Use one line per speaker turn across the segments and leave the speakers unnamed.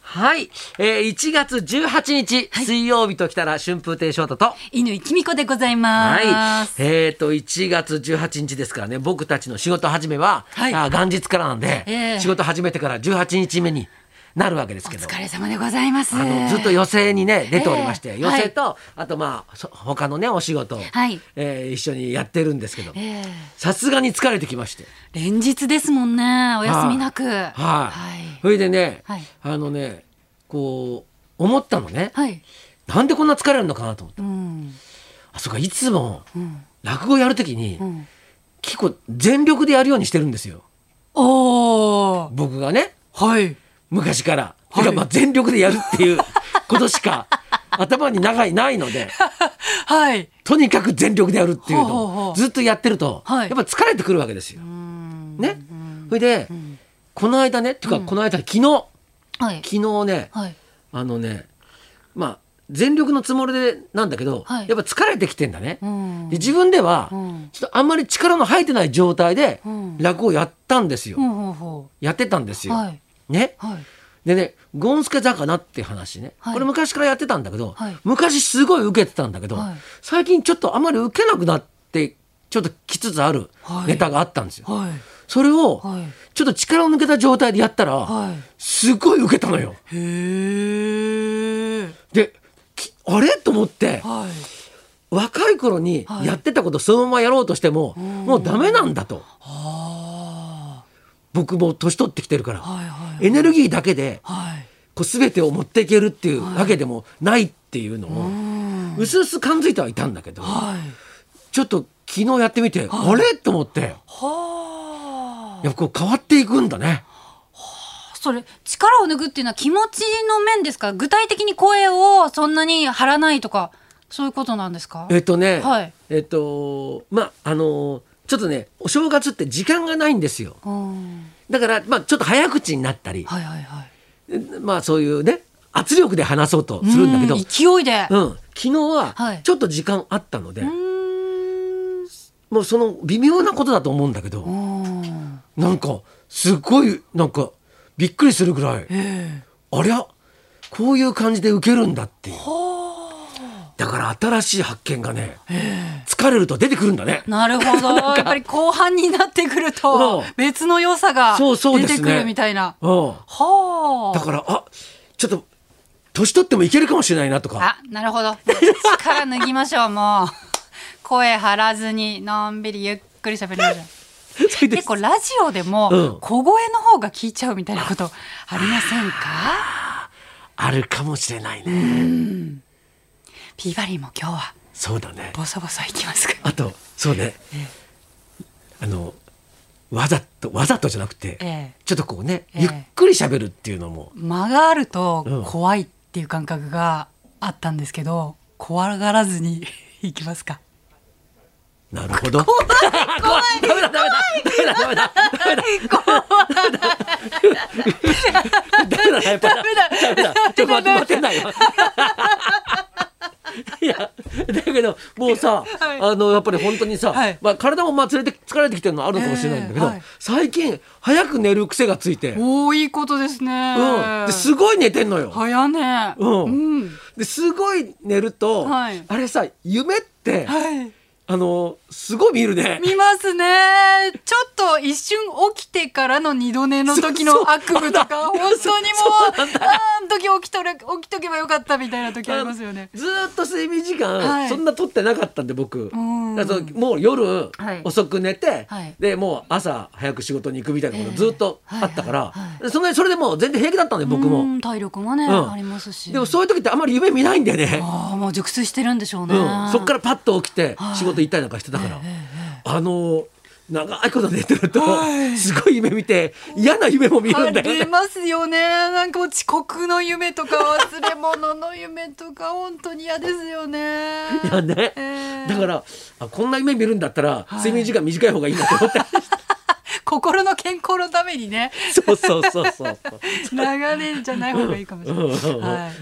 はい、えー、1月18日、水曜日ときたら春風亭昇太と、
犬きみこでございます。
えー、と1月18日ですからね僕たちの仕事始めは、
はい
あー元日からなんで、
ええ
仕事始めてから18日目になるわけですけ
お
ど。
疲れ様でございます。
あのずっと予選にね出ておりまして、
ええ
予選と、あとまあそ他のねお仕事を、
はい
えー一緒にやってるんですけど
ええ
さすがに疲れてきまして
連日ですもんね。お休みなく。
はい、
はい。
それでね、
はい
あのねこう思ったのね、
はい。
なんでこんな疲れるのかなと思って
うん。
あそうかいつも
うん。
落語やるときに、
うん。
結構全力でやるようにしてるんですよ
おー。
僕がね
はい。
昔から、
はい
てかまあ全力でやるって いうことしか頭に長いないので
はい。
とにかく全力でやるっていう
ほうほう
の
ほ
を
う
ずっとやってると、
はい
やっぱ疲れてくるわけですよ。
うん。
ね、それで、この間ねてかこの間昨日、
はい。
昨日ね
はい。
あのねまあ全力のつもりでなんだけど、
はい
やっぱ疲れてきてんだね。
うん。
で自分では、
うん
ちょっとあんまり力の入ってない状態で
うん
落語をやったんですよ、
ほうほうほ
やってたんです
う。
よ。
はい。
ね、
はい。
でねゴンスケ魚っていう話ね、
はい
これ昔からやってたんだけど、
はい
昔すごい受けてたんだけど、
はい
最近ちょっとあまり受けなくなってちょっときつつある
はい
ネタがあったんですよ。
はい。
それを
はい
ちょっと力を抜けた状態でやったら、
は
すごい受けたのよ。
い。へー。
できあれと思って
はい。
若い頃に
はい
やってたことそのままやろうとしても、もうダメなんだと
あ
僕も年取ってきてるから、
ー。はいはい。
エネルギーだけで
はい。
こう全てを持っていけるっていうわけでもないっていうのを
うん。
うすうす感づいてはいたんだけど
はい。
ちょっと昨日やってみてあれと思って
は
やっぱこう変わっていくんだね。
あ。それ力を抜くっていうのは気持ちの面ですか。具体的に声をそんなに張らないとかそういうことなんですか。
えっとね、
はい
えっとまああのちょっとねお正月って時間がないんですよ
うん。
だから、まあ、ちょっと早口になったり、
はいはいはい。
まあそういうね圧力で話そうとするんだけど、
う
うん、
勢いで。
昨日
は
はいちょっと時間あったので、
うん。
もうその微妙なことだと思うんだけど、
うん。
なんかすごいなんかびっくりするぐらい
ええ。
ありゃこういう感じで受けるんだっていう
はあ。
だから新しい発見がね疲れると出てくるんだね
なるほど。やっぱり後半になってくる
う
と
ん
別の良さが
そうそう
出
です
て
ね
くるみたいな。
うん
はあ
だ。からあちょっと年取ってもいけるかもしれないなとか
あ、なるほど。力脱ぎましょう、もう。声張らずに、のんびりゆっくり喋りましょう。
それで
結構ラジオでも、
うん
小声の方が聞いちゃうみたいなことありませんか
あるかもしれないね
ピーバリーも今日は、
そうだね
ボソボソいきますか。
あとそうねあのわざとわざとじゃなくて、
ええ
ちょっとこうね、
ええ
ゆっくり喋るっていうのも
間があ
う
る
ん
と怖いっていう感覚があったんですけど、怖がらずに いきますか。
なるほど。怖い怖い。ダメだダメだダメだダメだダメだ。ダメだやっぱダメだ。ちょっと待って待ってないよ。いやだけどもうさ、
はい
あのやっぱり本当にさ、
はい
まあ体もまあ連れて疲れてきてるのはあるのかもしれないんだけど、
ええはい
最近早く寝る癖がついて、うん、
おお、いいことですね。
ですごい寝てんのよ。
早ね。
うん
うん。
ですごい寝ると、
はい
あれさ夢って、
はい。
あのすごい見るね。
見ますね。ちょっと一瞬起きてからの二度寝の時の悪 夢とか、本当にもう、あの時起きとれ、起きとけばよかったみたいな時ありますよね。
ずーっと睡眠時間、
はい
そんな取ってなかったんで僕
ん
だからそのもう夜、
はい
遅く寝て、
はい
でもう朝早く仕事に行くみたいなこと
ええ
ずっとあったから、
はいはい
そのそれでもう全然平気だったんで僕
う
も
ん。体力もね、
うん
ありますし。
でもそういう時ってあまり夢見ないんだよね、
ああ、もう熟睡してるんでしょう
う
ね。。
ん、そっかららパッと起きて
はい
仕事行ったりなんかしてたから、
え
あのー長いこと寝てると、
はい
すごい夢見て嫌な夢も見る
あ
んだよ
り
ね。
ますよね。なんかもう遅刻の夢とか忘れ物の夢とか本当に嫌ですよね。
いやね、
ええ
だからあこんな夢見るんだったら、
はい
睡眠時間短い方がいいなと思 ったりして
心の健康のためにね、
そうそうそう そう。
長年じゃない方がいいかもしれない。はい。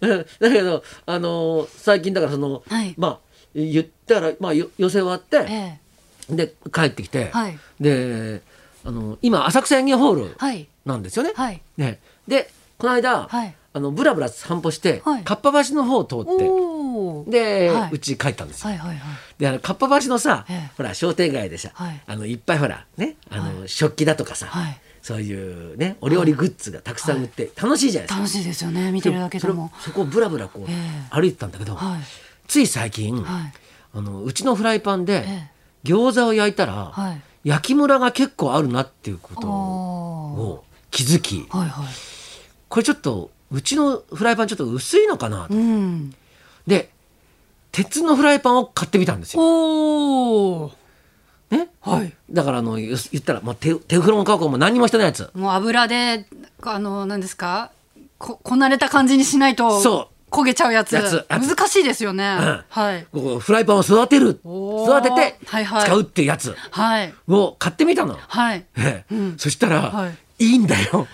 だけど、あのー最近だからその、
はい
まあ言ったら、まあ、よ寄せ終わって、
え
で帰ってきて、
はい
であの今浅草演芸ホール
はい
なんですよね。
はい
ねでこの間、
はい
あのブラブラ散歩して、
はい
かっぱ橋の方を通っ
おお
てで、
はいう
ち帰ったんですよ。
はいはいはい
であのかっぱ橋のさ、
ええ
ほら商店街でさ、
はい
あのいっぱいほらねあの、食器だとかさ、
はい
そういうねお料理グッズがたくさん売って、楽しいじゃないですか。
楽しいですよね見てるだけでも
それをそこをブラブラこう、
ええ
歩いてたんだけど、
はい
つい最近、
はい
あのうちのフライパンで
え
餃子を焼いたら、
はい
焼きムラが結構あるなっていうこと
お
を気づき
ーはいはい
これちょっとうちのフライパンちょっと薄いのかなと、
うん
で鉄のフライパンを買ってみたんですよ。
おお
ね、
はい
だからあのよ言ったら、まあ、手手袋も買うかも何にもしてないやつ
もう油であの何ですかここなれた感じにしないと
そ
焦げちゃうやつ
やつやつ
難しいですよね、
ん
はい
こうフライパンを育てる
お
育
ー
てて
はいはい
使うっていうやつ
はい
を買ってみたの。
はい
ええ
うん
そしたら、、
はい
いんだよ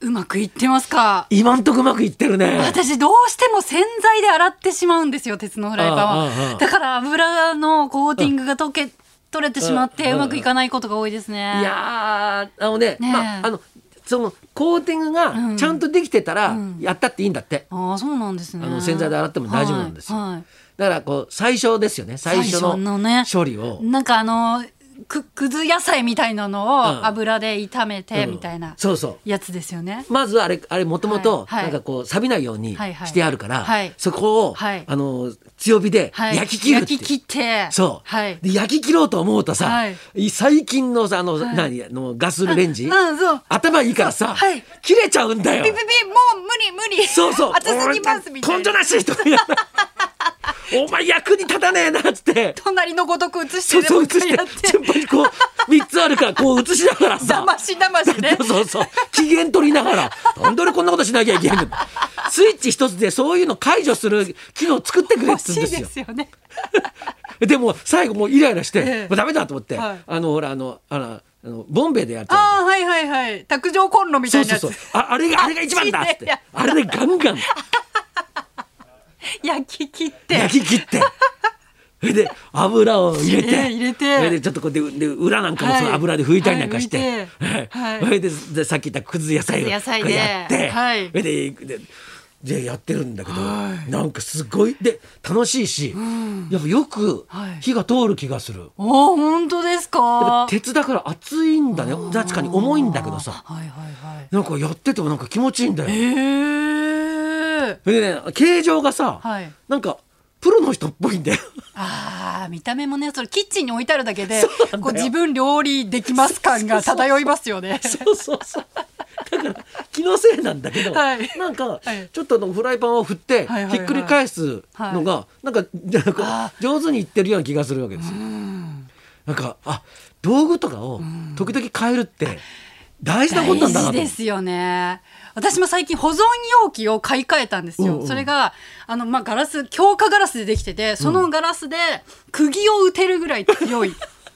うまくいってますか
今んとこうまくいってるね。
私どうしても洗剤で洗ってしまうんですよ鉄のフライパン
あああああ
は
あ
だから油のコーティングが溶け取れてしまっ
うん
てうまくいかないことが多いですね
いやーあのね
ねえ
まあ、あのそのコーティングがちゃんとできてたら
ん
やったっていいんだって、
ああそうなんですね
あの洗剤で洗っても大丈夫なんですよ
はいはい
だからこう最初ですよね最初
最初のね
の処理を、
なんかあのくくず野菜みたいなの
うん
を油で炒めてみたいな
そうそ
やつですよね。
うまずあれあれもともと
はいはい
なんかこう錆びないように
はいはい
してあるから、
はい
そこを、
はい
あの強火で
はい
焼き切るっていう
焼き切って。
そう、
はい。
で焼き切ろうと思うとさ、
はい
最近のさあの、
い
何あのガスレンジ、
うん、そう。
頭いいからさ、
そうはい
切れちゃうんだよ
ピピピ、もう無理無理。
そうそう
熱すぎますみたい
根性
な。
なしとか言い ながらお前役に立たねえなっつって
隣のごとく映
そう
してで
そ
も
う
う
映
一
して
回やって。
先輩にこう3つあるからこう映しながらさ
だましだましね。
そうそうそう機嫌取りながらなんで俺こんなことしなきゃいけないんだスイッチ一つでそういうの解除する機能作ってくれっ
欲
つう
し
んで
い
す
で
よ
すよね。
でも最後もうイライラして、
ええ
もうダメだと思って、
はい
あのほらあのあのあのボンベイでやると
ああ、はいはいはい。卓上コンロみた
そう
いな
そ
や
う
つ
そう。ああれがあれが一番だっつっ
いや
て
い
あれでガンガン
焼き切って。
焼き切って。 それで油を入れて
ええ入れて
それでちょっとこうでで裏なんかもその
はい
油で拭いたりなんかして、
はい拭いて
はい
はい
それででさっき言ったくず野菜を
くず野菜
こ
で
うやって、
はい
それでででやってるんだけど、なんかすごいで楽しいし、やっぱよく
はい
火が通る気がする、
おお、本当です
やっぱ
か。
鉄だから熱いんだね確かに重いんだけどさ
はいはいはい。
なんかやっててもなんか気持ちいいんだよ。
ええ。
それでね形状がさ、
はい
なんかプロの人っぽいんだよ。
あー見た目もねそれキッチンに置いてあるだけで
そうなんだよ
こう自分料理できます感が漂いますよね。
そうそうそう。だから気のせいなんだけど、
はい
なんか
はい
ちょっとあのフライパンを振って
はいはいはい
ひっくり返すのがなんかなんか
あ
上手にいってるような気がするわけですよ。なんかあ道具とかを時々変えるって大事なことなんだな
大事
と
で。すよね私も最近保存容器を買い替えたんですよ、
うんうん
それがあの、まあ、ガラス強化ガラスでできててそのガラスで釘を打てるぐらい 強い。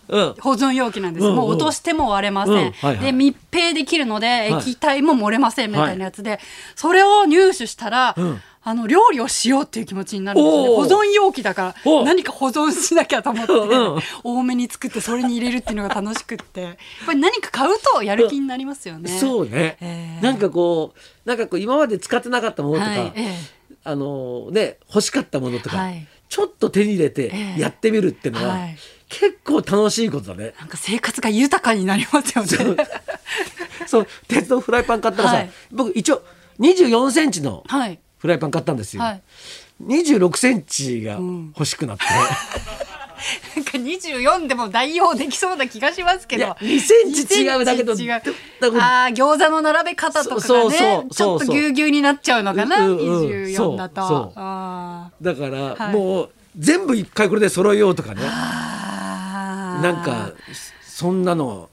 うん。
保存容器なんです、
うんうん
もう落としても割れません、
うんはいはい
で密閉できるので
い
液体も漏れませんみたいなやつで、それを入手したら、
ん
あの料理をしようっていう気持ちになるんですよね
お
保
ー
存容器だか
お
ら何か保存しなきゃと思って、
うんうん
多めに作ってそれに入れるっていうのが楽しくってやっぱり何か買うとやる気になりますよね。
そうね、
えー
なんかこうなんかこう今まで使ってなかったものとか、
はいええ
あのね欲しかったものとか、
はい
ちょっと手に入れて
ええ
やってみるっていうのは、
はい
結構楽しいことだね。
なんか生活が豊かになりますよね。
そう鉄のフライパン買ったらさ、
はい
僕一応24センチの
はい、
フライパン買ったんですよ、
はい
26センチが欲しく なって、
なんか24でも代用できそうな気がしますけ
い
ど
や2センチ違うだけど
2センチ違う
でも
あー餃子の並べ方とかがね
そうそうそう
ちょっとぎゅうぎゅうになっちゃうのかな、
うんうん
24だと
そうそう
あ
だから、
はい
もう全部一回これで揃えようとかね
あ
なんかそんなの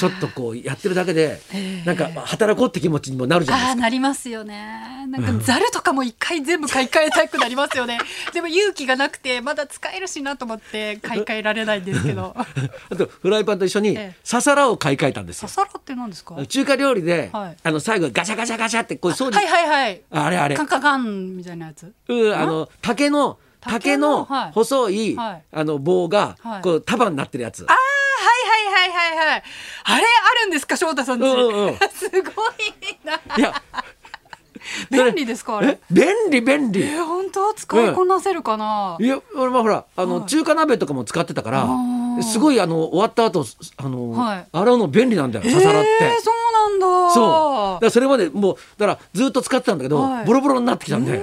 ちょっとこうやってるだけで、なんか働こうって気持ちにもなるじゃない
あ
で
あ
すか。
なりますよねなんかざるとかも一回全部買い替えたくなります よねでも勇気がなくてまだ使えるしなと思って買い替えられないんですけ ど
あとフライパンと一緒に
ええ
ささらを買い替えたんですよ
さ。さらって何ですかはい
中華料理で、
はい
あの最後ガチャガチャガチャってこう掃除
はいはい
あれあれ
カンカンカンみたいなやつ
うん、あの竹の竹
竹の
の
はい
細い、
はい
あの棒が、
はい
こう束になってるやつ。
はいはいはいはい はいあれあるんですか翔太さんち、
うんうんうん
すごいない
や
便利ですかあれ
え便利便利
えー本当使いこなせるかな、
いや俺もほらあの、
はい
中華鍋とかも使ってたか
あ
ら
ー
すごいあの終わった後あの、
はい
洗うの便利なんだよささらって。
えーそうなんだ
そうだからそれまでもうだからずっと使ってたんだけど、
はい
ボロボロになってきたんで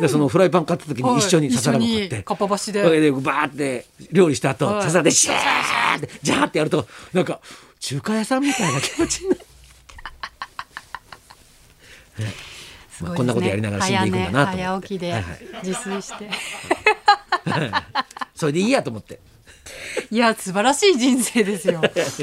でそのフライパン買った時
は
に
い
一緒にささらも買っ
一緒に
て。
かっぱ橋
それ
で
でバーって料理した後、
はい
ささでシャーってジャーってやるとなんか中華屋さんみたいな気持ち になる、
すごいですね
まあこんなことやりながら死んでいくんだなと思って
早寝早起き
は
で
いはい
自炊して、い
それでいいやと思って
や素晴らしい人生ですよ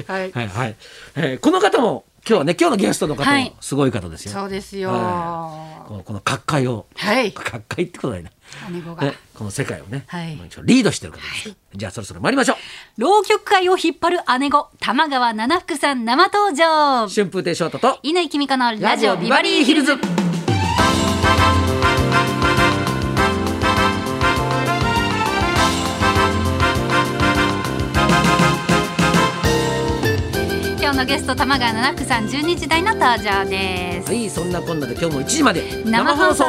はい、
はいはい、えーこの方も今日はね今日のゲストの方
はい
もすごい方ですよ、
そうですよ
は
は
このこの各界を
い
各界ってことないな、
姉子が
ね、この世界をね、
はい
まあ一応リードしてる方です、じゃあそろそろ参りましょう
浪曲界を引っ張る姉子玉川七福さん生登場
春風亭昇太と
犬井君香のラジオビバリーヒルズ今日のゲスト玉川七福さん12時台の登場です
はいそんなこんなで今日も1時まで
生放送